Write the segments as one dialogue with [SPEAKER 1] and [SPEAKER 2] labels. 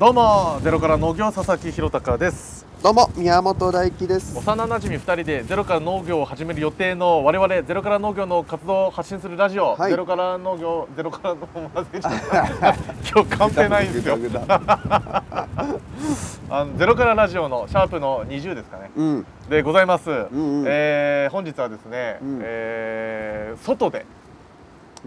[SPEAKER 1] どうもゼロから農業佐々木弘隆です
[SPEAKER 2] どうも宮本大輝です。
[SPEAKER 1] 幼馴染み2人でゼロから農業を始める予定の我々ゼロから農業の活動を発信するラジオ、
[SPEAKER 2] はい
[SPEAKER 1] ゼロから農業ゼロからのまずい な今日関係ないん ですよ
[SPEAKER 2] グダグダグダ
[SPEAKER 1] あのゼロからラジオのシャープの20ですかね
[SPEAKER 2] うん
[SPEAKER 1] でございます、
[SPEAKER 2] んうん
[SPEAKER 1] えー本日はですね、
[SPEAKER 2] うん
[SPEAKER 1] えー外で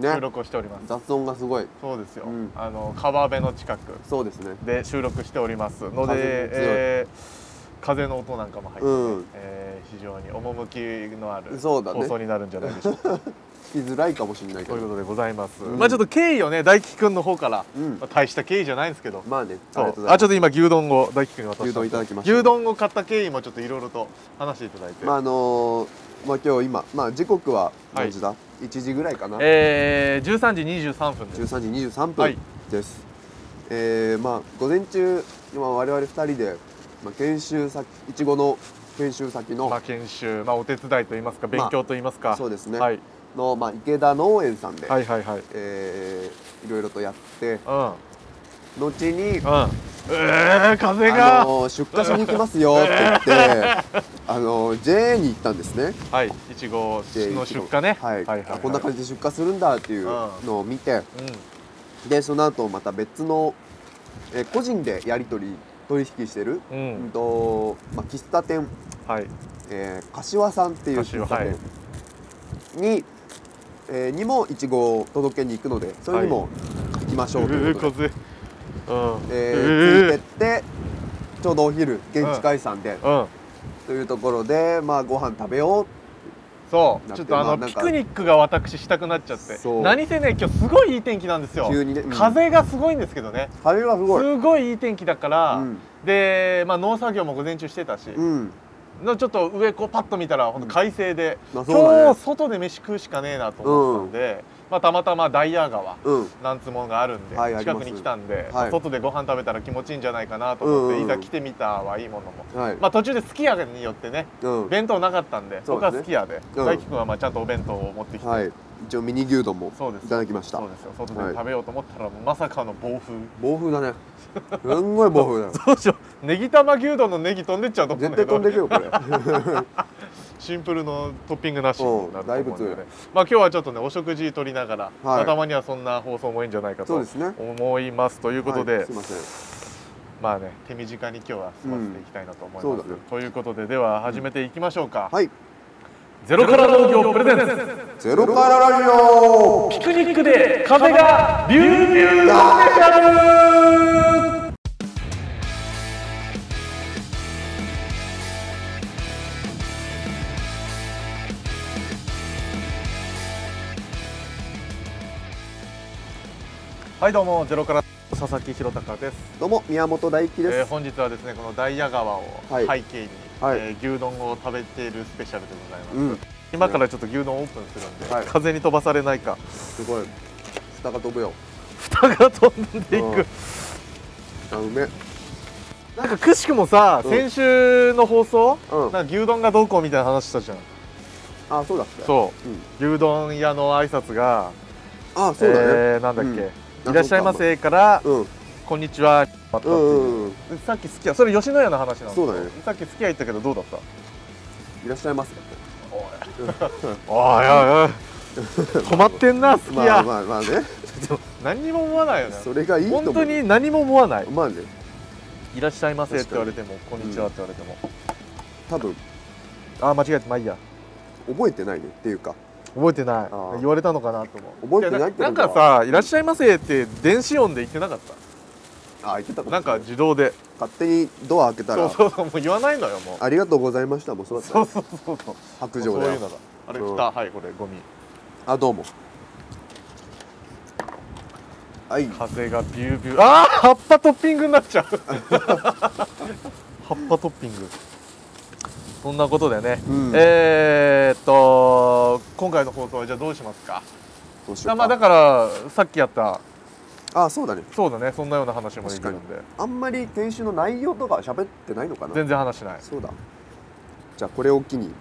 [SPEAKER 1] 収
[SPEAKER 2] ね
[SPEAKER 1] 録をしております、
[SPEAKER 2] 雑音がすごい。
[SPEAKER 1] そうですよ、
[SPEAKER 2] うん
[SPEAKER 1] あの川辺の近く
[SPEAKER 2] そうですね。
[SPEAKER 1] で収録しておりますので
[SPEAKER 2] 風強い
[SPEAKER 1] えー風の音なんかも入って、
[SPEAKER 2] うん
[SPEAKER 1] えー非常に趣のある
[SPEAKER 2] そうだね
[SPEAKER 1] 放送になるんじゃないでしょ うか。
[SPEAKER 2] 聞きづらいかもしれないけ
[SPEAKER 1] という
[SPEAKER 2] ど。
[SPEAKER 1] ことでございます。
[SPEAKER 2] うん
[SPEAKER 1] まあちょっと経緯をね大輝くんの方から、
[SPEAKER 2] うん
[SPEAKER 1] まあ大した経緯じゃないんですけど。
[SPEAKER 2] まあね。
[SPEAKER 1] そう
[SPEAKER 2] あ
[SPEAKER 1] あ
[SPEAKER 2] りがとうござい
[SPEAKER 1] ちょ
[SPEAKER 2] ま
[SPEAKER 1] っと今牛丼を大輝くんに渡した
[SPEAKER 2] 牛丼いただきました
[SPEAKER 1] 牛丼を買った経緯もちょっといろいろと話していただいて、
[SPEAKER 2] す。まああのーまあ今日今まあ時刻は何時だ？一、時ぐらいかな。
[SPEAKER 1] えー、13時23分で
[SPEAKER 2] 十
[SPEAKER 1] す
[SPEAKER 2] 三時二十三
[SPEAKER 1] は
[SPEAKER 2] 分
[SPEAKER 1] い
[SPEAKER 2] です。えー、まあ午前中今我々二人でまあ研修先いちごの研修先の、
[SPEAKER 1] まあ研修まあお手伝いといいますか勉強といいますか、
[SPEAKER 2] そうですね。
[SPEAKER 1] はい、
[SPEAKER 2] のまあ池田農園さんで、
[SPEAKER 1] はいはいはい
[SPEAKER 2] えー、いろいろとやって
[SPEAKER 1] うん
[SPEAKER 2] 後に。
[SPEAKER 1] うんえー、風が、
[SPEAKER 2] あのー出荷しに行きますよって言って、 あのー JA に行ったんですね。
[SPEAKER 1] はい、いちご
[SPEAKER 2] JA
[SPEAKER 1] の出荷ね。
[SPEAKER 2] はい、あこんな感じで出荷するんだっていうのを見て、
[SPEAKER 1] じ。うん、
[SPEAKER 2] でその後また別の、えー個人でやり取り取引してる、
[SPEAKER 1] う
[SPEAKER 2] うん
[SPEAKER 1] ん、
[SPEAKER 2] とまあ喫茶店、
[SPEAKER 1] はい、
[SPEAKER 2] えー柏さんっていう喫茶
[SPEAKER 1] 柏
[SPEAKER 2] 店に、えーにもいちごを届けに行くので、それにも行きましょうということで、
[SPEAKER 1] 風。うん、
[SPEAKER 2] えーつい
[SPEAKER 1] え
[SPEAKER 2] てってちょうどお昼現地解散で。
[SPEAKER 1] ー、うん、
[SPEAKER 2] というところで、まあ、ご飯食べよ
[SPEAKER 1] そう、
[SPEAKER 2] なっ
[SPEAKER 1] ち
[SPEAKER 2] て
[SPEAKER 1] ょっとあ
[SPEAKER 2] ま
[SPEAKER 1] の、
[SPEAKER 2] あなん
[SPEAKER 1] ピ
[SPEAKER 2] か
[SPEAKER 1] クニックが私したくなっちゃって
[SPEAKER 2] そ。う
[SPEAKER 1] 何せね、今日すごいいい天気なんですよ。
[SPEAKER 2] 急にねうん
[SPEAKER 1] 風がすごいんですけどね。
[SPEAKER 2] う晴れはすごい
[SPEAKER 1] すごいいい天気だから、
[SPEAKER 2] うん
[SPEAKER 1] で、まあ、農作業も午前中してたし、
[SPEAKER 2] うん
[SPEAKER 1] のちょっと上こうパッと見たら本当快晴で、
[SPEAKER 2] まあそうだ
[SPEAKER 1] 今
[SPEAKER 2] ね
[SPEAKER 1] 日外で飯食うしかねえなと思ったんで、まあ、たまたまダイヤ川、
[SPEAKER 2] うん
[SPEAKER 1] なんつうもんがあるんで、
[SPEAKER 2] はいありま
[SPEAKER 1] 近く
[SPEAKER 2] す
[SPEAKER 1] に来たんで、
[SPEAKER 2] はい
[SPEAKER 1] 外でご飯食べたら気持ちいいんじゃないかなと思って、
[SPEAKER 2] うんうんうん
[SPEAKER 1] いざ来てみたはいいものも、
[SPEAKER 2] はい、
[SPEAKER 1] まあ、途中ですき家によってね
[SPEAKER 2] うん
[SPEAKER 1] 弁当なかったんで、
[SPEAKER 2] そ
[SPEAKER 1] 僕
[SPEAKER 2] うで
[SPEAKER 1] は
[SPEAKER 2] すね
[SPEAKER 1] すき家で、
[SPEAKER 2] うん
[SPEAKER 1] 大輝くんはまあちゃんとお弁当を持ってきて、
[SPEAKER 2] はい一応ミニ牛丼も
[SPEAKER 1] そうです
[SPEAKER 2] いただきました
[SPEAKER 1] そうですよ外で食べようと思ったら、まさかの暴風
[SPEAKER 2] 暴風だねすんごい暴 風だよ
[SPEAKER 1] どうしようネギ玉牛丼のネギ飛んでっちゃうと思うん
[SPEAKER 2] 絶
[SPEAKER 1] だけど
[SPEAKER 2] 対飛んでくよ これ
[SPEAKER 1] シンプルのトッピングなしになると思うんで、ね
[SPEAKER 2] うんだいぶ強い
[SPEAKER 1] まあ今日はちょっとねお食事取りながら、
[SPEAKER 2] はい
[SPEAKER 1] まあたまにはそんな放送もいいんじゃないか
[SPEAKER 2] そう
[SPEAKER 1] と
[SPEAKER 2] ですね
[SPEAKER 1] 思いますということで、
[SPEAKER 2] はいすいません
[SPEAKER 1] まあね手短に今日は済ませていきたいなと思います、
[SPEAKER 2] うんそうだね
[SPEAKER 1] ということででは始めていきましょうか、
[SPEAKER 2] はい
[SPEAKER 1] ゼロから農業プレゼンツ
[SPEAKER 2] ゼロからラジオ
[SPEAKER 1] ピクニックで風がビュービュースペシャルはいどうもゼロから佐々木弘隆です
[SPEAKER 2] どうも宮本大輝
[SPEAKER 1] えー
[SPEAKER 2] です、
[SPEAKER 1] 本日はですねこのダイヤ川を
[SPEAKER 2] は
[SPEAKER 1] 背
[SPEAKER 2] い
[SPEAKER 1] 景に、
[SPEAKER 2] はい
[SPEAKER 1] えー牛丼を食べているスペシャルでございます、
[SPEAKER 2] うん
[SPEAKER 1] 今からちょっと牛丼オープンするんで、
[SPEAKER 2] はい
[SPEAKER 1] 風に飛ばされないか
[SPEAKER 2] すごい下が飛ぶよ
[SPEAKER 1] 蓋が飛んでいく、
[SPEAKER 2] うんあうめ
[SPEAKER 1] なんかくしくもさ、
[SPEAKER 2] うん
[SPEAKER 1] 先週の放送、
[SPEAKER 2] うん
[SPEAKER 1] なんか牛丼がどうこうみたいな話したじゃん
[SPEAKER 2] あそうだったう、
[SPEAKER 1] そ
[SPEAKER 2] ん、
[SPEAKER 1] う牛丼屋の挨拶が
[SPEAKER 2] あそうだね、
[SPEAKER 1] えーなんだっけ、
[SPEAKER 2] うん
[SPEAKER 1] いらっしゃいませから、
[SPEAKER 2] うん
[SPEAKER 1] こんにちはあったって
[SPEAKER 2] う
[SPEAKER 1] い
[SPEAKER 2] ん
[SPEAKER 1] う
[SPEAKER 2] うんうん
[SPEAKER 1] でさっき好きやそれ吉野家の話なの
[SPEAKER 2] そうだね
[SPEAKER 1] さっき好きや言ったけどどうだった
[SPEAKER 2] いらっしゃいます
[SPEAKER 1] おい おいおい困ってんな好き
[SPEAKER 2] ま
[SPEAKER 1] や、
[SPEAKER 2] あまあまあね
[SPEAKER 1] 何にも思わないよね
[SPEAKER 2] それがいいと
[SPEAKER 1] 本
[SPEAKER 2] 思う
[SPEAKER 1] 当に何も思わない
[SPEAKER 2] まあね
[SPEAKER 1] いらっしゃいませって言われてもこんにちはって言われても、
[SPEAKER 2] 多分
[SPEAKER 1] あー間違えてまあいいや
[SPEAKER 2] 覚えてないねっていうか
[SPEAKER 1] 覚えてない
[SPEAKER 2] ー
[SPEAKER 1] 言われたのかなと思う
[SPEAKER 2] 覚えてないって
[SPEAKER 1] や
[SPEAKER 2] こ
[SPEAKER 1] ん
[SPEAKER 2] と
[SPEAKER 1] か
[SPEAKER 2] は
[SPEAKER 1] なんかさ「いらっしゃいませ」って電子音で言ってなかっ
[SPEAKER 2] あ言ってた
[SPEAKER 1] た
[SPEAKER 2] も
[SPEAKER 1] なんか自動で
[SPEAKER 2] 勝手にドア開けた
[SPEAKER 1] そ
[SPEAKER 2] ら
[SPEAKER 1] うそうそうもう言わないのよもう
[SPEAKER 2] ありがとうございましたもうそうだった
[SPEAKER 1] そ
[SPEAKER 2] ね
[SPEAKER 1] うそうそうそうそ
[SPEAKER 2] 白状
[SPEAKER 1] う
[SPEAKER 2] だ
[SPEAKER 1] いうの
[SPEAKER 2] よ
[SPEAKER 1] だあれ
[SPEAKER 2] うん
[SPEAKER 1] 蓋はいこれゴミ
[SPEAKER 2] あどうもはい
[SPEAKER 1] 風がビュービューあー葉っぱトッピングになっちゃう葉っぱトッピングそんなことでね、
[SPEAKER 2] うん
[SPEAKER 1] えー、っと今回の放送はじゃあどうしますか
[SPEAKER 2] どうしよ
[SPEAKER 1] あ
[SPEAKER 2] う
[SPEAKER 1] まあだ
[SPEAKER 2] か
[SPEAKER 1] からさっきやった
[SPEAKER 2] あそうだね
[SPEAKER 1] そうだねそんなような話もできるんで
[SPEAKER 2] あんまり研修の内容とかは喋ってないのかな
[SPEAKER 1] 全然話しない
[SPEAKER 2] そうだじゃあこれを機に、
[SPEAKER 1] うん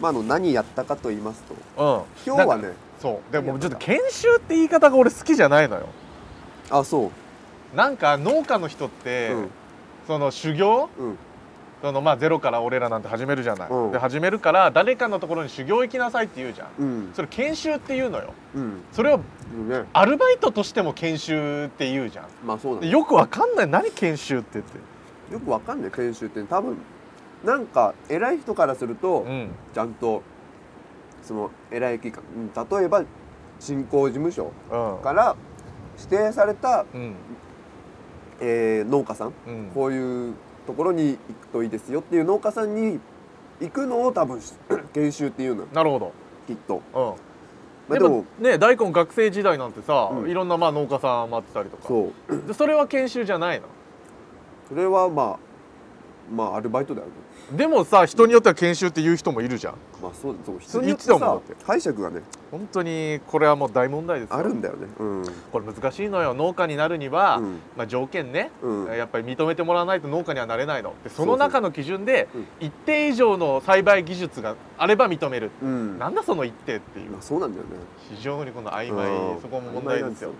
[SPEAKER 2] まあ、あの何やったかと言いますと
[SPEAKER 1] うん
[SPEAKER 2] 今日は
[SPEAKER 1] なんか
[SPEAKER 2] ね
[SPEAKER 1] そうでもちょっと研修って言い方が俺好きじゃないのよ
[SPEAKER 2] あそう
[SPEAKER 1] なんか農家の人って、
[SPEAKER 2] うん
[SPEAKER 1] その修行
[SPEAKER 2] うん
[SPEAKER 1] そのまあゼロから俺らなんて始めるじゃない、
[SPEAKER 2] うん
[SPEAKER 1] で始めるから誰かのところに修行行きなさいって言うじゃん
[SPEAKER 2] うん
[SPEAKER 1] それ研修って言うのよ
[SPEAKER 2] うん
[SPEAKER 1] それを
[SPEAKER 2] うんね
[SPEAKER 1] アルバイトとしても研修って言うじゃん
[SPEAKER 2] まあそうなん
[SPEAKER 1] で
[SPEAKER 2] だ
[SPEAKER 1] よくわかんない何研修って言って
[SPEAKER 2] よくわかんない研修って多分なんか偉い人からすると
[SPEAKER 1] うん
[SPEAKER 2] ちゃんとその偉い機関うん例えば新興事務所
[SPEAKER 1] うん
[SPEAKER 2] から指定された、
[SPEAKER 1] うん
[SPEAKER 2] えー農家さん
[SPEAKER 1] うん
[SPEAKER 2] こういうところに行くといいですよっていう農家さんに行くのを多分 研修っていうのよ
[SPEAKER 1] なるほ
[SPEAKER 2] きっと、
[SPEAKER 1] どう
[SPEAKER 2] ま
[SPEAKER 1] ん
[SPEAKER 2] あ、
[SPEAKER 1] で
[SPEAKER 2] で
[SPEAKER 1] も
[SPEAKER 2] も
[SPEAKER 1] ね大根学生時代なんてさ、
[SPEAKER 2] うん
[SPEAKER 1] いろんなまあ農家さん待ってたりとか
[SPEAKER 2] そう
[SPEAKER 1] でそれは研修じゃないの
[SPEAKER 2] それはまあまあアルバイトだよね
[SPEAKER 1] でもさ人によっては研修って言う人もいるじゃん
[SPEAKER 2] まあそうそう人
[SPEAKER 1] 通
[SPEAKER 2] に
[SPEAKER 1] に言
[SPEAKER 2] よっ
[SPEAKER 1] っててたもんだ
[SPEAKER 2] さ
[SPEAKER 1] って
[SPEAKER 2] 解釈がね
[SPEAKER 1] 本当にこれはもう大問題ですよ
[SPEAKER 2] あるんだよねうん
[SPEAKER 1] これ難しいのよ農家になるには、
[SPEAKER 2] うん
[SPEAKER 1] まあ、条件ね、
[SPEAKER 2] うん
[SPEAKER 1] やっぱり認めてもらわないと農家にはなれないのでそ
[SPEAKER 2] そうそ
[SPEAKER 1] の
[SPEAKER 2] う
[SPEAKER 1] 中の基準で
[SPEAKER 2] うん
[SPEAKER 1] 一定以上の栽培技術があれば認める、
[SPEAKER 2] うん
[SPEAKER 1] なんだその一定っていう
[SPEAKER 2] まあそうなんだよね
[SPEAKER 1] 非常にこの曖昧、
[SPEAKER 2] うん
[SPEAKER 1] そこも問題ですよ
[SPEAKER 2] 曖昧なんですよ
[SPEAKER 1] うん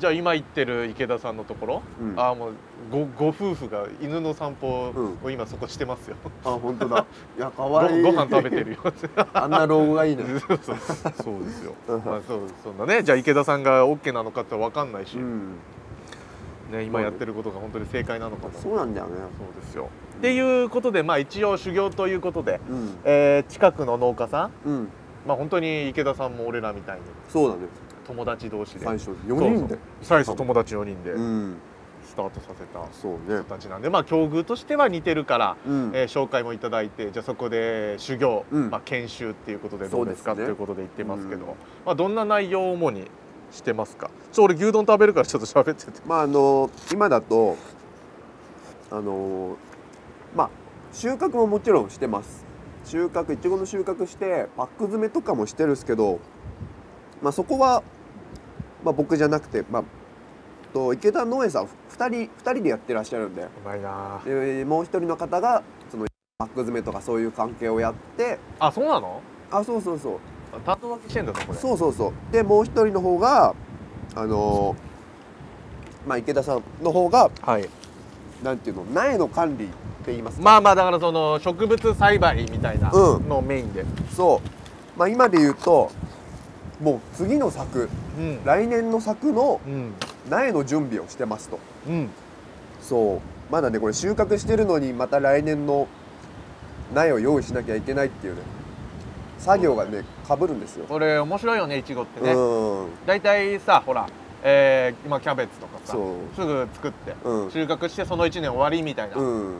[SPEAKER 1] じゃあ今言ってる池田さんのところ、
[SPEAKER 2] うん
[SPEAKER 1] ああもうごご夫婦が犬の散歩
[SPEAKER 2] う
[SPEAKER 1] を今そこしてます よ、
[SPEAKER 2] あ本当だいや可
[SPEAKER 1] ご
[SPEAKER 2] 愛い
[SPEAKER 1] ご飯食べてるよ
[SPEAKER 2] あんな老後がいいね
[SPEAKER 1] そうそうそうですよ、
[SPEAKER 2] うん
[SPEAKER 1] まあ、そうそんなねじゃあ池田さんが OK なのかって分かんないし、
[SPEAKER 2] うん
[SPEAKER 1] ね、今やってることが本当に正解なのかも
[SPEAKER 2] そうなんだよね
[SPEAKER 1] そうですよ。っていうことで、まあ、一応修行ということで、
[SPEAKER 2] うん
[SPEAKER 1] えー近くの農家さん、
[SPEAKER 2] うん
[SPEAKER 1] まあ、本当に池田さんも俺らみたいに
[SPEAKER 2] そうだね
[SPEAKER 1] 友達同士で
[SPEAKER 2] 最初4人
[SPEAKER 1] そう
[SPEAKER 2] で
[SPEAKER 1] そう最初友達4人で
[SPEAKER 2] うん
[SPEAKER 1] スタートさせた
[SPEAKER 2] そうね
[SPEAKER 1] 人たちなんで、まあ、境遇としては似てるから、
[SPEAKER 2] うん
[SPEAKER 1] えー紹介もいただいてじゃあそこで修行、
[SPEAKER 2] うん
[SPEAKER 1] まあ、研修っていうことでどうですか
[SPEAKER 2] そうですね
[SPEAKER 1] ということで言ってますけど、
[SPEAKER 2] うん
[SPEAKER 1] まあ、どんな内容を主にしてますかちょ俺牛丼食べるからちょっと喋ってて。
[SPEAKER 2] まああの今だとあのまあ収穫ももちろんしてます収穫いちごの収穫してパック詰めとかもしてるんですけど、まあ、そこは、まあ、僕じゃなくて、まあ、と池田農園さん2人二人でやってらっしゃるんで
[SPEAKER 1] うまいなぁ
[SPEAKER 2] でもう一人の方がそのパック詰めとかそういう関係をやって
[SPEAKER 1] あそうなの
[SPEAKER 2] あそうそうそう
[SPEAKER 1] 担当分けしてんだぞこれ
[SPEAKER 2] そうそうそうでもう一人の方があのまあ池田さんの方が
[SPEAKER 1] はい
[SPEAKER 2] なんていうの苗の管理って言いますか
[SPEAKER 1] まあまあだからその植物栽培みたいな
[SPEAKER 2] うん
[SPEAKER 1] のをメインで、
[SPEAKER 2] そう、まあ、今で言うともう次の作
[SPEAKER 1] うん
[SPEAKER 2] 来年の作の
[SPEAKER 1] うん
[SPEAKER 2] 苗の準備をしてますと
[SPEAKER 1] うん
[SPEAKER 2] そうまだねこれ収穫してるのにまた来年の苗を用意しなきゃいけないっていうね作業がねかぶるんですよ、
[SPEAKER 1] これ面白いよねいちごってね、
[SPEAKER 2] うん
[SPEAKER 1] だいたいさほら、えー、今キャベツとかさ
[SPEAKER 2] そう
[SPEAKER 1] すぐ作って
[SPEAKER 2] うん
[SPEAKER 1] 収穫してその1年終わりみたいな
[SPEAKER 2] うん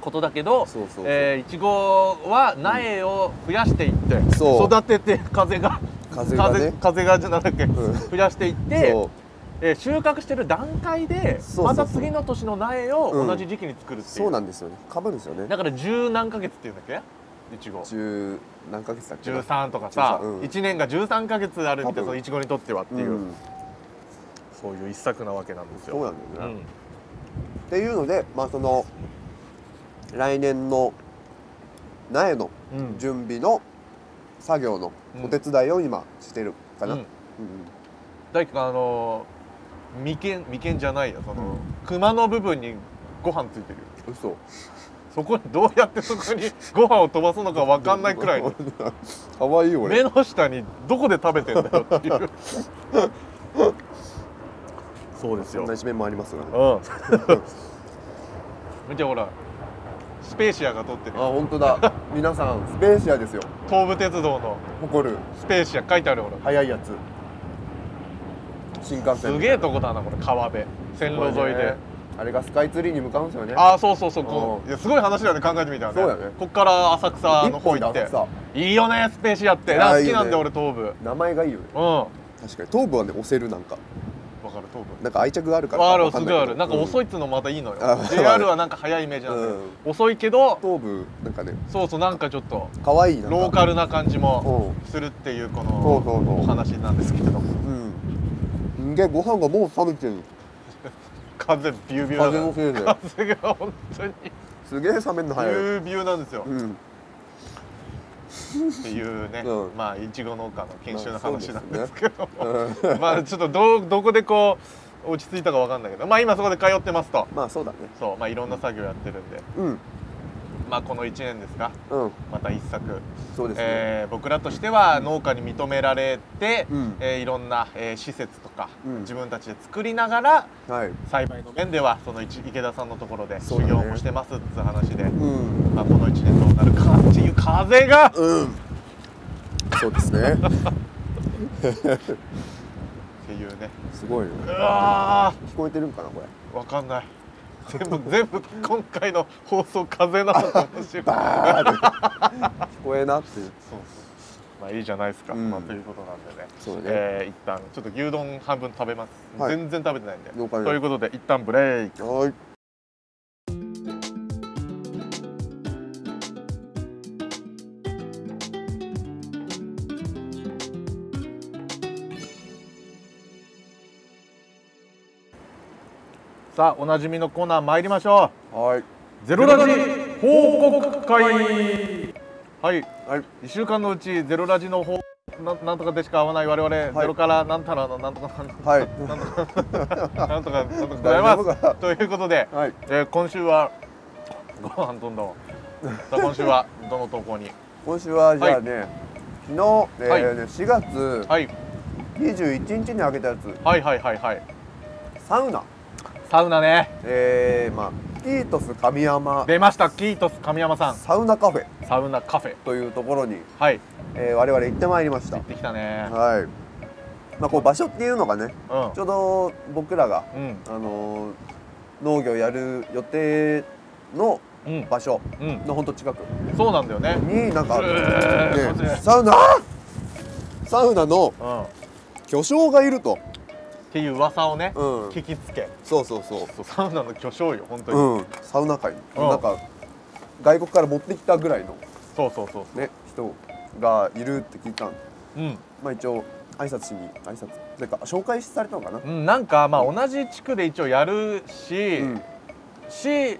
[SPEAKER 1] ことだけど、
[SPEAKER 2] そうそうそう、
[SPEAKER 1] えーいちごは苗を増やしていって、
[SPEAKER 2] そう
[SPEAKER 1] 育てて風が
[SPEAKER 2] 風がね
[SPEAKER 1] 風風がじゃなくて、
[SPEAKER 2] ん
[SPEAKER 1] 増やしていって
[SPEAKER 2] そう
[SPEAKER 1] えー収穫してる段階で
[SPEAKER 2] そうそうそう
[SPEAKER 1] また次の年の苗を
[SPEAKER 2] うん
[SPEAKER 1] 同じ時期に作るっていう、
[SPEAKER 2] そうなんですよねかぶるんですよね
[SPEAKER 1] だから十何ヶ月っていうんだっけいちご
[SPEAKER 2] 十何ヶ月だっけな
[SPEAKER 1] 13とかさ、
[SPEAKER 2] 13うん
[SPEAKER 1] 1年が13ヶ月あるみたいな
[SPEAKER 2] 多分
[SPEAKER 1] そのいちごにとってはっていう、
[SPEAKER 2] うん
[SPEAKER 1] そういう一作なわけなんです
[SPEAKER 2] そう
[SPEAKER 1] よ
[SPEAKER 2] なんだよね、
[SPEAKER 1] うん
[SPEAKER 2] っていうので、まあ、その来年の苗の
[SPEAKER 1] うん
[SPEAKER 2] 準備の作業の
[SPEAKER 1] うん
[SPEAKER 2] お手伝いを今してるかな、
[SPEAKER 1] う
[SPEAKER 2] うんんうん
[SPEAKER 1] 大輝君あのー眉間眉間じゃないよその、
[SPEAKER 2] うん
[SPEAKER 1] 熊の部分にご飯ついてるよ
[SPEAKER 2] 嘘
[SPEAKER 1] そこにどうやってそこ にご飯を飛ばすのかわかんないくらいの
[SPEAKER 2] かわいい
[SPEAKER 1] 目
[SPEAKER 2] 俺
[SPEAKER 1] の下にどこで食べてんだよっていうそうです
[SPEAKER 2] そ
[SPEAKER 1] よ
[SPEAKER 2] んな一面もありますよね
[SPEAKER 1] うん見てほらスペーシアが撮ってる
[SPEAKER 2] あ本当 だ皆さんスペーシアですよ
[SPEAKER 1] 東武鉄道の
[SPEAKER 2] 誇る
[SPEAKER 1] スペーシア書いてあるよほら
[SPEAKER 2] 速いやつ新幹線
[SPEAKER 1] すげえとこだなこれ川辺線路沿いで、
[SPEAKER 2] ねあれがスカイツリーに向かうんですよね
[SPEAKER 1] ああそうそうそうこういやすごい話だよね考えてみたらね
[SPEAKER 2] そうだね
[SPEAKER 1] こっから浅草の
[SPEAKER 2] 一
[SPEAKER 1] 方
[SPEAKER 2] 本
[SPEAKER 1] 行
[SPEAKER 2] だ
[SPEAKER 1] って
[SPEAKER 2] さ
[SPEAKER 1] いいよねスペーシアって
[SPEAKER 2] いや
[SPEAKER 1] 好きなん
[SPEAKER 2] いい
[SPEAKER 1] で
[SPEAKER 2] よ
[SPEAKER 1] 俺東武うん
[SPEAKER 2] 名前がいいよね
[SPEAKER 1] わ
[SPEAKER 2] 確かに頭部はね押せるなんか
[SPEAKER 1] かる東武
[SPEAKER 2] なんか愛着があるから
[SPEAKER 1] ある
[SPEAKER 2] わ
[SPEAKER 1] す
[SPEAKER 2] ん
[SPEAKER 1] ご
[SPEAKER 2] ないけ
[SPEAKER 1] あ
[SPEAKER 2] ど
[SPEAKER 1] るなんか
[SPEAKER 2] う
[SPEAKER 1] 遅いっつうのもまたいいのよ
[SPEAKER 2] あ
[SPEAKER 1] JR はなんか早いイメージなんだけど
[SPEAKER 2] うん
[SPEAKER 1] 遅いけど
[SPEAKER 2] 頭部なんかね
[SPEAKER 1] そうそうなんかちょっと
[SPEAKER 2] 可愛いなんか
[SPEAKER 1] ローカルな感じも
[SPEAKER 2] うん
[SPEAKER 1] するっていうこ
[SPEAKER 2] そう
[SPEAKER 1] の
[SPEAKER 2] そうそう
[SPEAKER 1] お話なんですけれども
[SPEAKER 2] うんでご飯がもう冷めてる
[SPEAKER 1] 風ビュービュー
[SPEAKER 2] 風
[SPEAKER 1] だ
[SPEAKER 2] の
[SPEAKER 1] か
[SPEAKER 2] せいで
[SPEAKER 1] ら風が本当にビ
[SPEAKER 2] すげえ冷めるの早い
[SPEAKER 1] ュービューなんですよ
[SPEAKER 2] うん
[SPEAKER 1] っていうね、
[SPEAKER 2] うん
[SPEAKER 1] まあいちご農家の研修の話なんですけども、
[SPEAKER 2] うん
[SPEAKER 1] まあちょっとどうどこでこう落ち着いたかわかんないけどまあ今そこで通ってますと
[SPEAKER 2] まあそうだね
[SPEAKER 1] そうまあいろんな作業やってるんで
[SPEAKER 2] うん
[SPEAKER 1] まあこの1年ですか
[SPEAKER 2] うん
[SPEAKER 1] また一作、
[SPEAKER 2] そうですね、
[SPEAKER 1] えー僕らとしては農家に認められて、
[SPEAKER 2] うん
[SPEAKER 1] えーいろんな、えー施設とか、
[SPEAKER 2] うん
[SPEAKER 1] 自分たちで作りながら
[SPEAKER 2] はい
[SPEAKER 1] 栽培の面ではその一池田さんのところで
[SPEAKER 2] そ
[SPEAKER 1] 修
[SPEAKER 2] うだね
[SPEAKER 1] 行もしてますっつう話で、
[SPEAKER 2] うん
[SPEAKER 1] まあ、この1年どうなるかっていう風が
[SPEAKER 2] うんそうですね
[SPEAKER 1] っていうね
[SPEAKER 2] すごいね
[SPEAKER 1] うわ
[SPEAKER 2] 聞こえてるんかな これ
[SPEAKER 1] ーわかんない全 部全部今回の放送風なのかもしれない
[SPEAKER 2] バーって聞こえなっていう
[SPEAKER 1] そうそうまあいいじゃないですか、
[SPEAKER 2] うん
[SPEAKER 1] まあ、ということなんでね
[SPEAKER 2] そうね
[SPEAKER 1] えー一旦ちょっと牛丼半分食べます、
[SPEAKER 2] はい
[SPEAKER 1] 全然食べてないんで
[SPEAKER 2] 了解です
[SPEAKER 1] ということで一旦ブレイク
[SPEAKER 2] はい
[SPEAKER 1] さあおなじみのコーナー参りましょ
[SPEAKER 2] はいう
[SPEAKER 1] ゼロラジ報告会はい
[SPEAKER 2] はい
[SPEAKER 1] 1週間のうちゼロラジの報なんなんとかでしか会わない我々、ゼロからなんたらのなんとかなん
[SPEAKER 2] はい
[SPEAKER 1] なんとかなんとかございま
[SPEAKER 2] 大丈夫か
[SPEAKER 1] す。ということで、
[SPEAKER 2] はい
[SPEAKER 1] えー今週はご飯どんどん。さあ今週はどの投稿に。
[SPEAKER 2] 今週はじゃあね、昨日、えーね4月
[SPEAKER 1] はい
[SPEAKER 2] 21日に開けたやつ
[SPEAKER 1] はいはいはいはい。
[SPEAKER 2] サウナ
[SPEAKER 1] サウナね
[SPEAKER 2] えー、まあキートス神山
[SPEAKER 1] 出ましたキートス神山さん
[SPEAKER 2] サウナカフェ
[SPEAKER 1] サウナカフェ。
[SPEAKER 2] というところに、
[SPEAKER 1] はい
[SPEAKER 2] えー我々行ってまいりました
[SPEAKER 1] 行ってきたね。
[SPEAKER 2] はいまあこう場所っていうのがねちょうど僕らが、
[SPEAKER 1] うん
[SPEAKER 2] あのー農業やる予定の
[SPEAKER 1] うんうん
[SPEAKER 2] 場所
[SPEAKER 1] うん
[SPEAKER 2] のほんと近く
[SPEAKER 1] そうなんだよね。
[SPEAKER 2] になんか、
[SPEAKER 1] うー
[SPEAKER 2] ねサウナあーサウナの
[SPEAKER 1] うんっ
[SPEAKER 2] 巨匠がいると、
[SPEAKER 1] ていう噂をね
[SPEAKER 2] うん、
[SPEAKER 1] 聞きつけ。
[SPEAKER 2] そうそうそう
[SPEAKER 1] そうサウナの巨匠よ本当に。
[SPEAKER 2] うん、サウナ界
[SPEAKER 1] うん
[SPEAKER 2] なんか外国から持ってきたぐらいの、
[SPEAKER 1] そうそうそう
[SPEAKER 2] ね、人がいるって聞いたんで、
[SPEAKER 1] そう。うん。
[SPEAKER 2] まあ、一応挨拶しに挨拶というか紹介されたのかな、
[SPEAKER 1] うん、なんかまあ同じ地区で一応やるし、
[SPEAKER 2] うん
[SPEAKER 1] し、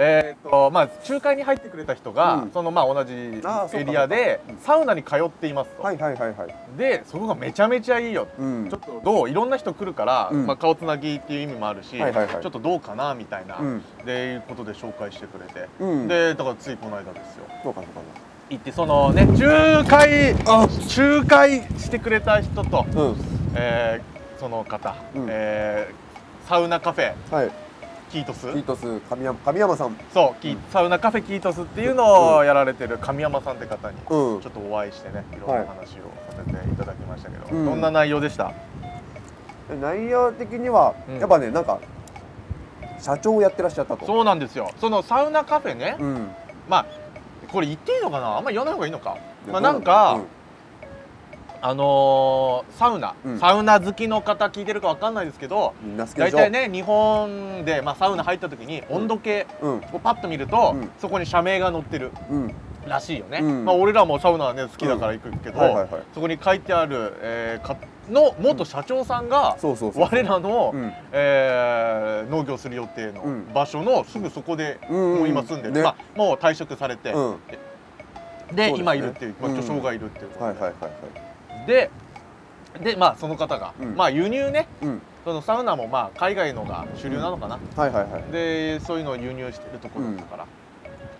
[SPEAKER 1] えーとまあ、仲介に入ってくれた人が、
[SPEAKER 2] うん
[SPEAKER 1] そのまあ同じ
[SPEAKER 2] あーそうか
[SPEAKER 1] エリアで
[SPEAKER 2] そうかうん
[SPEAKER 1] サウナに通っていますと、
[SPEAKER 2] はいはいはいはい、
[SPEAKER 1] でそこがめちゃめちゃいいよ
[SPEAKER 2] うん
[SPEAKER 1] ちょっとどういろんな人来るから、
[SPEAKER 2] うん
[SPEAKER 1] まあ、顔つなぎっていう意味もあるし、
[SPEAKER 2] はいはいはい
[SPEAKER 1] ちょっとどうかなみたいな、
[SPEAKER 2] うん
[SPEAKER 1] でいうことで紹介してくれて、
[SPEAKER 2] うん、
[SPEAKER 1] でだからついこの間ですよ
[SPEAKER 2] そうかそうか
[SPEAKER 1] 行ってそのね仲介
[SPEAKER 2] あ
[SPEAKER 1] 仲介してくれた人と、
[SPEAKER 2] そうか
[SPEAKER 1] えーその方、
[SPEAKER 2] うん
[SPEAKER 1] えーサウナカフェ
[SPEAKER 2] うんはい
[SPEAKER 1] キートス
[SPEAKER 2] キートス神山神山さん
[SPEAKER 1] そう、キ
[SPEAKER 2] うん
[SPEAKER 1] サウナカフェキートスっていうのをやられてる神山さんって方にちょ
[SPEAKER 2] うん
[SPEAKER 1] っとお会いしてねいろんな話をさせていただきましたけど、
[SPEAKER 2] うん
[SPEAKER 1] どんな内容でした
[SPEAKER 2] 内容的には、
[SPEAKER 1] うん
[SPEAKER 2] やっぱねなんか社長をやってらっしゃったと
[SPEAKER 1] そうなんですよそのサウナカフェね、
[SPEAKER 2] うん
[SPEAKER 1] まあこれ言っていいのかなあんまり言わない方がいいのか
[SPEAKER 2] いや
[SPEAKER 1] まあ
[SPEAKER 2] どう
[SPEAKER 1] なんか
[SPEAKER 2] だろ
[SPEAKER 1] あのーサウナ、
[SPEAKER 2] うん
[SPEAKER 1] サウナ好きの方聞いてるかわかんないですけど
[SPEAKER 2] ううんみんな好きで
[SPEAKER 1] 大
[SPEAKER 2] しょ
[SPEAKER 1] 体ね日本で、まあ、サウナ入った時に
[SPEAKER 2] ん
[SPEAKER 1] 温度計
[SPEAKER 2] うん
[SPEAKER 1] をパッと見ると、
[SPEAKER 2] うん
[SPEAKER 1] そこに社名が載ってる
[SPEAKER 2] うん
[SPEAKER 1] らしいよね、
[SPEAKER 2] うん
[SPEAKER 1] まあ、俺らもサウナはね好きだから行くけど、
[SPEAKER 2] はいはいはい
[SPEAKER 1] そこに書いてある、えーかの元社長さんが、
[SPEAKER 2] そうそうそう
[SPEAKER 1] 我らの、
[SPEAKER 2] うん
[SPEAKER 1] えー農業する予定の
[SPEAKER 2] うん
[SPEAKER 1] 場所のすぐそこで、
[SPEAKER 2] うんうん
[SPEAKER 1] もう今住んでる、
[SPEAKER 2] ね
[SPEAKER 1] まあ、もう退職されて、
[SPEAKER 2] うん
[SPEAKER 1] で
[SPEAKER 2] そうですね
[SPEAKER 1] 今いるっていう、まあ、
[SPEAKER 2] うん
[SPEAKER 1] 巨匠がいるっていうことで、
[SPEAKER 2] はいはいはいはい
[SPEAKER 1] でで、まあ、その方が、
[SPEAKER 2] うん
[SPEAKER 1] まあ、輸入ね
[SPEAKER 2] うん
[SPEAKER 1] そのサウナもまあ海外のが主流なのかな、
[SPEAKER 2] はいはいはい
[SPEAKER 1] でそういうのを輸入してるところだったから、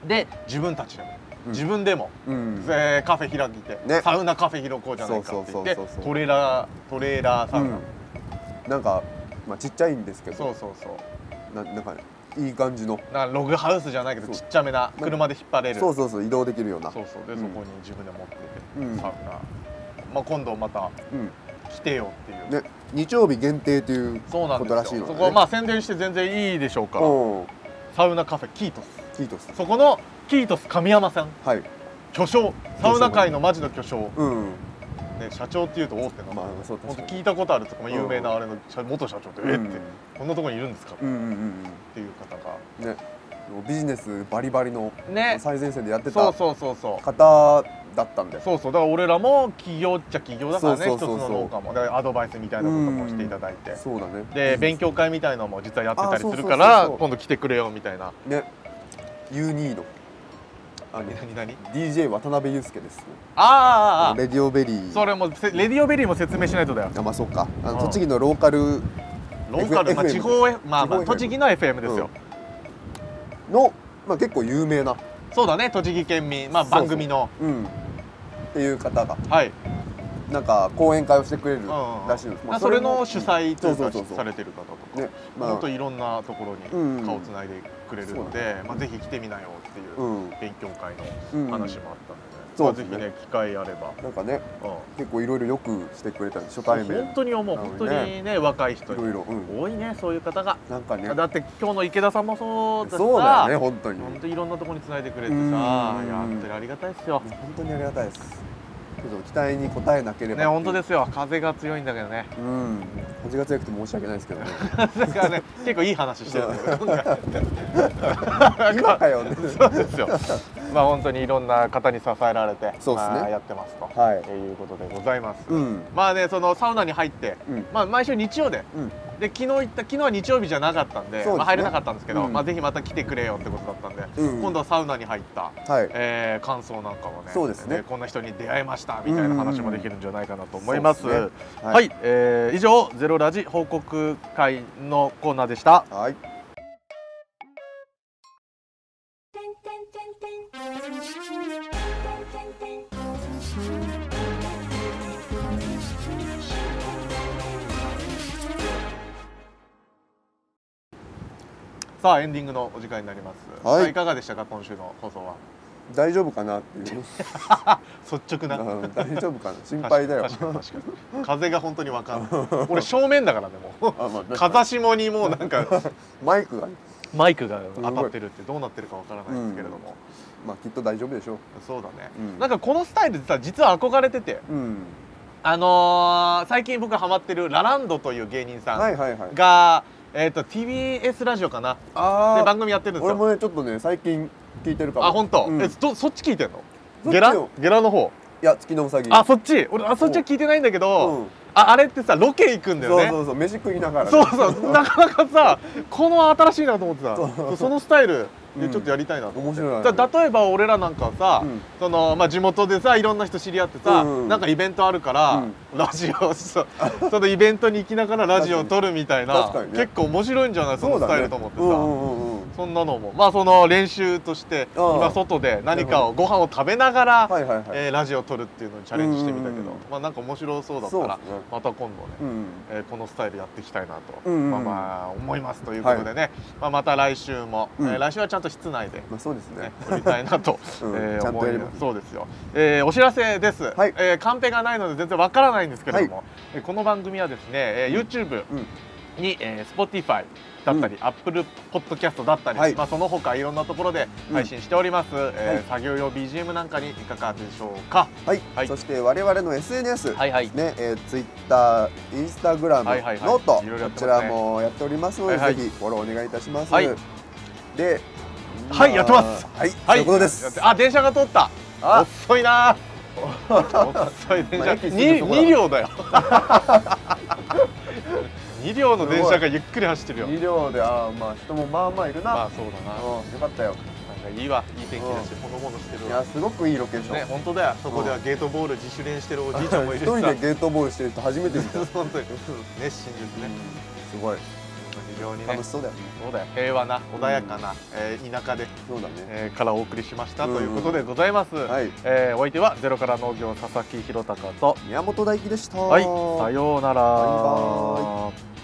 [SPEAKER 1] で自分たちでも、
[SPEAKER 2] うん
[SPEAKER 1] 自分でも
[SPEAKER 2] うん
[SPEAKER 1] えーカフェ開いて、
[SPEAKER 2] ね
[SPEAKER 1] サウナカフェ広こうじゃないかって言って
[SPEAKER 2] そうそうそうそう
[SPEAKER 1] トレーラートレーラーサウナ、
[SPEAKER 2] うん、なんか、まあ、ちっちゃいんですけ
[SPEAKER 1] そ
[SPEAKER 2] ど
[SPEAKER 1] うそうそう
[SPEAKER 2] ななんか、ね、いい感じの
[SPEAKER 1] なんかログハウスじゃないけど
[SPEAKER 2] そう
[SPEAKER 1] ちっちゃめな車で引っ張れる
[SPEAKER 2] そうそうそう移動できるような
[SPEAKER 1] そうそうで、
[SPEAKER 2] うん
[SPEAKER 1] そこに自分で持ってて、
[SPEAKER 2] うん
[SPEAKER 1] サウナ、まあ、今度また
[SPEAKER 2] うん
[SPEAKER 1] 来てよっていう、
[SPEAKER 2] ね、日曜日限定という
[SPEAKER 1] そうなん
[SPEAKER 2] こ
[SPEAKER 1] です
[SPEAKER 2] と
[SPEAKER 1] よ
[SPEAKER 2] らしいの
[SPEAKER 1] そ
[SPEAKER 2] で、ね、
[SPEAKER 1] こはまあ宣伝して全然いいでしょうから、
[SPEAKER 2] うん
[SPEAKER 1] サウナカフェキートス
[SPEAKER 2] キートス
[SPEAKER 1] そこのキートス神山さん
[SPEAKER 2] はい
[SPEAKER 1] 巨匠サウナ界のマジの巨匠、
[SPEAKER 2] うん
[SPEAKER 1] ね、社長っていうと大手なの、
[SPEAKER 2] まあそう
[SPEAKER 1] 本
[SPEAKER 2] 確
[SPEAKER 1] 当
[SPEAKER 2] かに
[SPEAKER 1] 聞いたことあるとか、まあ有名なあれの社元社長って、えって
[SPEAKER 2] うん
[SPEAKER 1] こんなところにいるんですか、
[SPEAKER 2] うんうん
[SPEAKER 1] っていう方が
[SPEAKER 2] うんねもうビジネスバリバリの
[SPEAKER 1] ね
[SPEAKER 2] 最前線でやって
[SPEAKER 1] そ
[SPEAKER 2] た
[SPEAKER 1] うそうそうそう
[SPEAKER 2] 方だったんで
[SPEAKER 1] そうそうだから俺らも企業っちゃ企業だからね
[SPEAKER 2] そ
[SPEAKER 1] 一
[SPEAKER 2] う
[SPEAKER 1] つ
[SPEAKER 2] そうそうそう
[SPEAKER 1] の農家もだからアドバイスみたいなこともしていただいて
[SPEAKER 2] そうだね
[SPEAKER 1] で
[SPEAKER 2] ビジネ
[SPEAKER 1] 勉強会みたいのも実はやってたりするか
[SPEAKER 2] あ
[SPEAKER 1] ら
[SPEAKER 2] そうそうそうそう
[SPEAKER 1] 今度来てくれよみたいな
[SPEAKER 2] スね U2 のあの
[SPEAKER 1] 何何
[SPEAKER 2] DJ 渡辺裕介です
[SPEAKER 1] あーあーあ
[SPEAKER 2] レディオベリ
[SPEAKER 1] ー
[SPEAKER 2] ー
[SPEAKER 1] それもせレディオベリーも説明しないとだよ
[SPEAKER 2] あまあそっかあの
[SPEAKER 1] うん
[SPEAKER 2] 栃木のローカル
[SPEAKER 1] ローカル、まあ、
[SPEAKER 2] FM
[SPEAKER 1] 地方、F まあ、まあ
[SPEAKER 2] 地方 FM
[SPEAKER 1] 栃木の FM ですよ、
[SPEAKER 2] の、まあ、結構有名な、
[SPEAKER 1] そうだね栃木県民、まあ、
[SPEAKER 2] そうそ
[SPEAKER 1] 番
[SPEAKER 2] う
[SPEAKER 1] 組の
[SPEAKER 2] うん、っていう方が
[SPEAKER 1] はい、
[SPEAKER 2] なんか講演会をしてくれる
[SPEAKER 1] うん
[SPEAKER 2] らしいんです、まあ
[SPEAKER 1] それ
[SPEAKER 2] も
[SPEAKER 1] の主催と
[SPEAKER 2] そ
[SPEAKER 1] か
[SPEAKER 2] うそうそうそう
[SPEAKER 1] されてる方とか、
[SPEAKER 2] ねま
[SPEAKER 1] もっと
[SPEAKER 2] あ
[SPEAKER 1] いろんなところに顔をつないでくれるので、まあ、ぜひ来てみなよっていううん勉強会
[SPEAKER 2] うん
[SPEAKER 1] の話もあったので、
[SPEAKER 2] そ
[SPEAKER 1] ま
[SPEAKER 2] うで
[SPEAKER 1] あ、
[SPEAKER 2] す
[SPEAKER 1] ぜ
[SPEAKER 2] ね
[SPEAKER 1] ひね機会あれば、
[SPEAKER 2] なんかね
[SPEAKER 1] うん
[SPEAKER 2] 結構いろいろよくしてくれたんで初対面
[SPEAKER 1] 本当に思う
[SPEAKER 2] なの
[SPEAKER 1] 本
[SPEAKER 2] にね
[SPEAKER 1] 当にね若い人
[SPEAKER 2] いろいろうん
[SPEAKER 1] 多いねそういう方が、
[SPEAKER 2] なんかね
[SPEAKER 1] だって今日の池田さんもそうだしさ
[SPEAKER 2] そうだよね本当に
[SPEAKER 1] 本当いろんなところに繋いでくれて
[SPEAKER 2] うん
[SPEAKER 1] さやってるありがたいですよ
[SPEAKER 2] 本当にありがたいですけど期待に応えなければ
[SPEAKER 1] ね本当ですすよ風が強いんだけどね
[SPEAKER 2] うん8月強くて申し訳ないですけどね
[SPEAKER 1] だからね結構いい話してるんだけど今回
[SPEAKER 2] 今かよね
[SPEAKER 1] そうですよまあ本当にいろんな方に支えられて
[SPEAKER 2] そうですね
[SPEAKER 1] まあやってますと、
[SPEAKER 2] はい
[SPEAKER 1] いうことでございます、
[SPEAKER 2] うん
[SPEAKER 1] まあねそのサウナに入って
[SPEAKER 2] うん
[SPEAKER 1] まあ、毎週日曜で、
[SPEAKER 2] うん
[SPEAKER 1] で昨日行った昨日は日曜日じゃなかったんで
[SPEAKER 2] そうですね
[SPEAKER 1] まあ、入れなかったんですけど、
[SPEAKER 2] うん
[SPEAKER 1] まあ、ぜひまた来てくれよってことだったんで、
[SPEAKER 2] うん
[SPEAKER 1] 今度はサウナに入った、
[SPEAKER 2] はい
[SPEAKER 1] えー感想なんかもね
[SPEAKER 2] そうですね
[SPEAKER 1] こんな人に出会いましたみたいな話もできるんじゃないかなと思います,、
[SPEAKER 2] そうですね
[SPEAKER 1] は、
[SPEAKER 2] はいい
[SPEAKER 1] えー以上「ゼロラジ」報告会のコーナーでした
[SPEAKER 2] はい
[SPEAKER 1] さあエンディングのお時間になります、
[SPEAKER 2] はい
[SPEAKER 1] さあいかがでしたか今週の放送は
[SPEAKER 2] 大丈夫かなっ ていう
[SPEAKER 1] 率直な
[SPEAKER 2] うん大丈夫かな心配だよ
[SPEAKER 1] 確かに確かに確かに風が本当にわ かんない俺正面だからねも
[SPEAKER 2] あまあ
[SPEAKER 1] う
[SPEAKER 2] 確かに
[SPEAKER 1] 風下にもうなんか
[SPEAKER 2] マイクが
[SPEAKER 1] マイクが当たってるってどうなってるかわからないですけれども、
[SPEAKER 2] まあきっと大丈夫でしょう
[SPEAKER 1] そうだね、
[SPEAKER 2] うん
[SPEAKER 1] なんかこのスタイルでさ実は憧れてて
[SPEAKER 2] うん
[SPEAKER 1] あのー最近僕ハマってるラランドという芸人さんが、
[SPEAKER 2] はいはいはい
[SPEAKER 1] えー、と TBS ラジオかなで
[SPEAKER 2] ああ
[SPEAKER 1] 番組やってるんです
[SPEAKER 2] 俺
[SPEAKER 1] よ
[SPEAKER 2] もねちょっとね最近聞いてるかも
[SPEAKER 1] あ本当、
[SPEAKER 2] うん
[SPEAKER 1] え
[SPEAKER 2] い
[SPEAKER 1] どそっち聞いてんの
[SPEAKER 2] そっち
[SPEAKER 1] ゲラ
[SPEAKER 2] よ
[SPEAKER 1] ゲラの方
[SPEAKER 2] や月のうさぎ
[SPEAKER 1] あそっち俺あそっちは聞いてないんだけど、
[SPEAKER 2] うん
[SPEAKER 1] ああれってさロケ行くんだよ
[SPEAKER 2] そう
[SPEAKER 1] ね
[SPEAKER 2] そうそう飯食いながらね
[SPEAKER 1] そうそうなかなかさこの新しいなと思って
[SPEAKER 2] そ
[SPEAKER 1] さ
[SPEAKER 2] う
[SPEAKER 1] そのスタイルで
[SPEAKER 2] うん
[SPEAKER 1] ちょっとやりたいなと思って、
[SPEAKER 2] 面白いね
[SPEAKER 1] だ例えば俺らなんかはさ、
[SPEAKER 2] うん
[SPEAKER 1] そのまあ、地元でさいろんな人知り合ってさ、
[SPEAKER 2] うん
[SPEAKER 1] なんかイベントあるから、ラジオそうそのイベントに行きながらラジオを撮るみたいな
[SPEAKER 2] 確かにね
[SPEAKER 1] 結構面白いんじゃないそのスタイルと思ってさ。
[SPEAKER 2] うんうんうんうん
[SPEAKER 1] そんなのもまあその練習として
[SPEAKER 2] ああ
[SPEAKER 1] 今外で何かをご飯を食べながら、
[SPEAKER 2] はいはいはい、
[SPEAKER 1] えーラジオを撮るっていうのにチャレンジしてみたけど、
[SPEAKER 2] うんうんうん
[SPEAKER 1] まあなんか面白そうだった
[SPEAKER 2] そ
[SPEAKER 1] ら、
[SPEAKER 2] うですね
[SPEAKER 1] また今度ね、
[SPEAKER 2] うん
[SPEAKER 1] えーこのスタイルやっていきたいなと、
[SPEAKER 2] うんうんうん
[SPEAKER 1] まあまあ思いますということでね、まあ、また来週も、
[SPEAKER 2] うん
[SPEAKER 1] えー来週はちゃんと室内で。
[SPEAKER 2] まあそうですね
[SPEAKER 1] ね、撮りたいなと、
[SPEAKER 2] うん
[SPEAKER 1] えー
[SPEAKER 2] ちゃんと
[SPEAKER 1] 思
[SPEAKER 2] や
[SPEAKER 1] い
[SPEAKER 2] り
[SPEAKER 1] ま
[SPEAKER 2] ます
[SPEAKER 1] すそうですよ、えーお知らせです、
[SPEAKER 2] はい
[SPEAKER 1] えーカンペがないので全然わからないんですけれども、えーこの番組はですね、えー YouTube
[SPEAKER 2] うん
[SPEAKER 1] に、えー Spotify だったり、Apple Podcast だったり、
[SPEAKER 2] はい
[SPEAKER 1] まあ、その他いろんなところで配信しております、えー作業用 BGM なんかにいかがでしょうか
[SPEAKER 2] はい、
[SPEAKER 1] はい
[SPEAKER 2] そして我々の SNS、
[SPEAKER 1] はいはい
[SPEAKER 2] ね、えー、Twitter、Instagram、
[SPEAKER 1] はいはいはい
[SPEAKER 2] ノート、
[SPEAKER 1] いろいろやっ
[SPEAKER 2] こ
[SPEAKER 1] てますね
[SPEAKER 2] ちらもやっておりますので、
[SPEAKER 1] はいはい
[SPEAKER 2] ぜひフォローお願いいたします。
[SPEAKER 1] はい
[SPEAKER 2] で、
[SPEAKER 1] はい
[SPEAKER 2] まあ
[SPEAKER 1] やってます
[SPEAKER 2] はい、そういうことです。
[SPEAKER 1] あ、電車が通った。
[SPEAKER 2] あ
[SPEAKER 1] 遅いな。遅い電
[SPEAKER 2] まあ
[SPEAKER 1] 車。
[SPEAKER 2] 駅すぐ
[SPEAKER 1] 二
[SPEAKER 2] そこだ
[SPEAKER 1] 二両 だよ。二両の電車がゆっくり走ってるよ。
[SPEAKER 2] 二両で、あーまあ人もまあまあいるな。
[SPEAKER 1] まあそうだな。
[SPEAKER 2] うんよかったよ。
[SPEAKER 1] なんかいいわ、いい天気だし、ほのぼのして
[SPEAKER 2] い
[SPEAKER 1] る
[SPEAKER 2] や
[SPEAKER 1] わ。
[SPEAKER 2] すごくいいロケーション。
[SPEAKER 1] ね、本当だよ。そこではゲートボール自主練してるおじいちゃんもい
[SPEAKER 2] 一
[SPEAKER 1] るし
[SPEAKER 2] 人で
[SPEAKER 1] さ。
[SPEAKER 2] ゲートボールしてる人初めて見た。うん
[SPEAKER 1] 本当に熱心ですね。
[SPEAKER 2] すごい
[SPEAKER 1] 非常にね
[SPEAKER 2] 楽し。そうだよね。
[SPEAKER 1] そうだよ平和な穏やかな、えー田舎で、
[SPEAKER 2] そうだね。
[SPEAKER 1] えーからお送りしました、
[SPEAKER 2] うん
[SPEAKER 1] ということでございます、
[SPEAKER 2] はい
[SPEAKER 1] えーお相手はゼロから農業佐々木弘隆と
[SPEAKER 2] 宮本大輝でした。
[SPEAKER 1] はい、さようなら。
[SPEAKER 2] バイバ
[SPEAKER 1] イ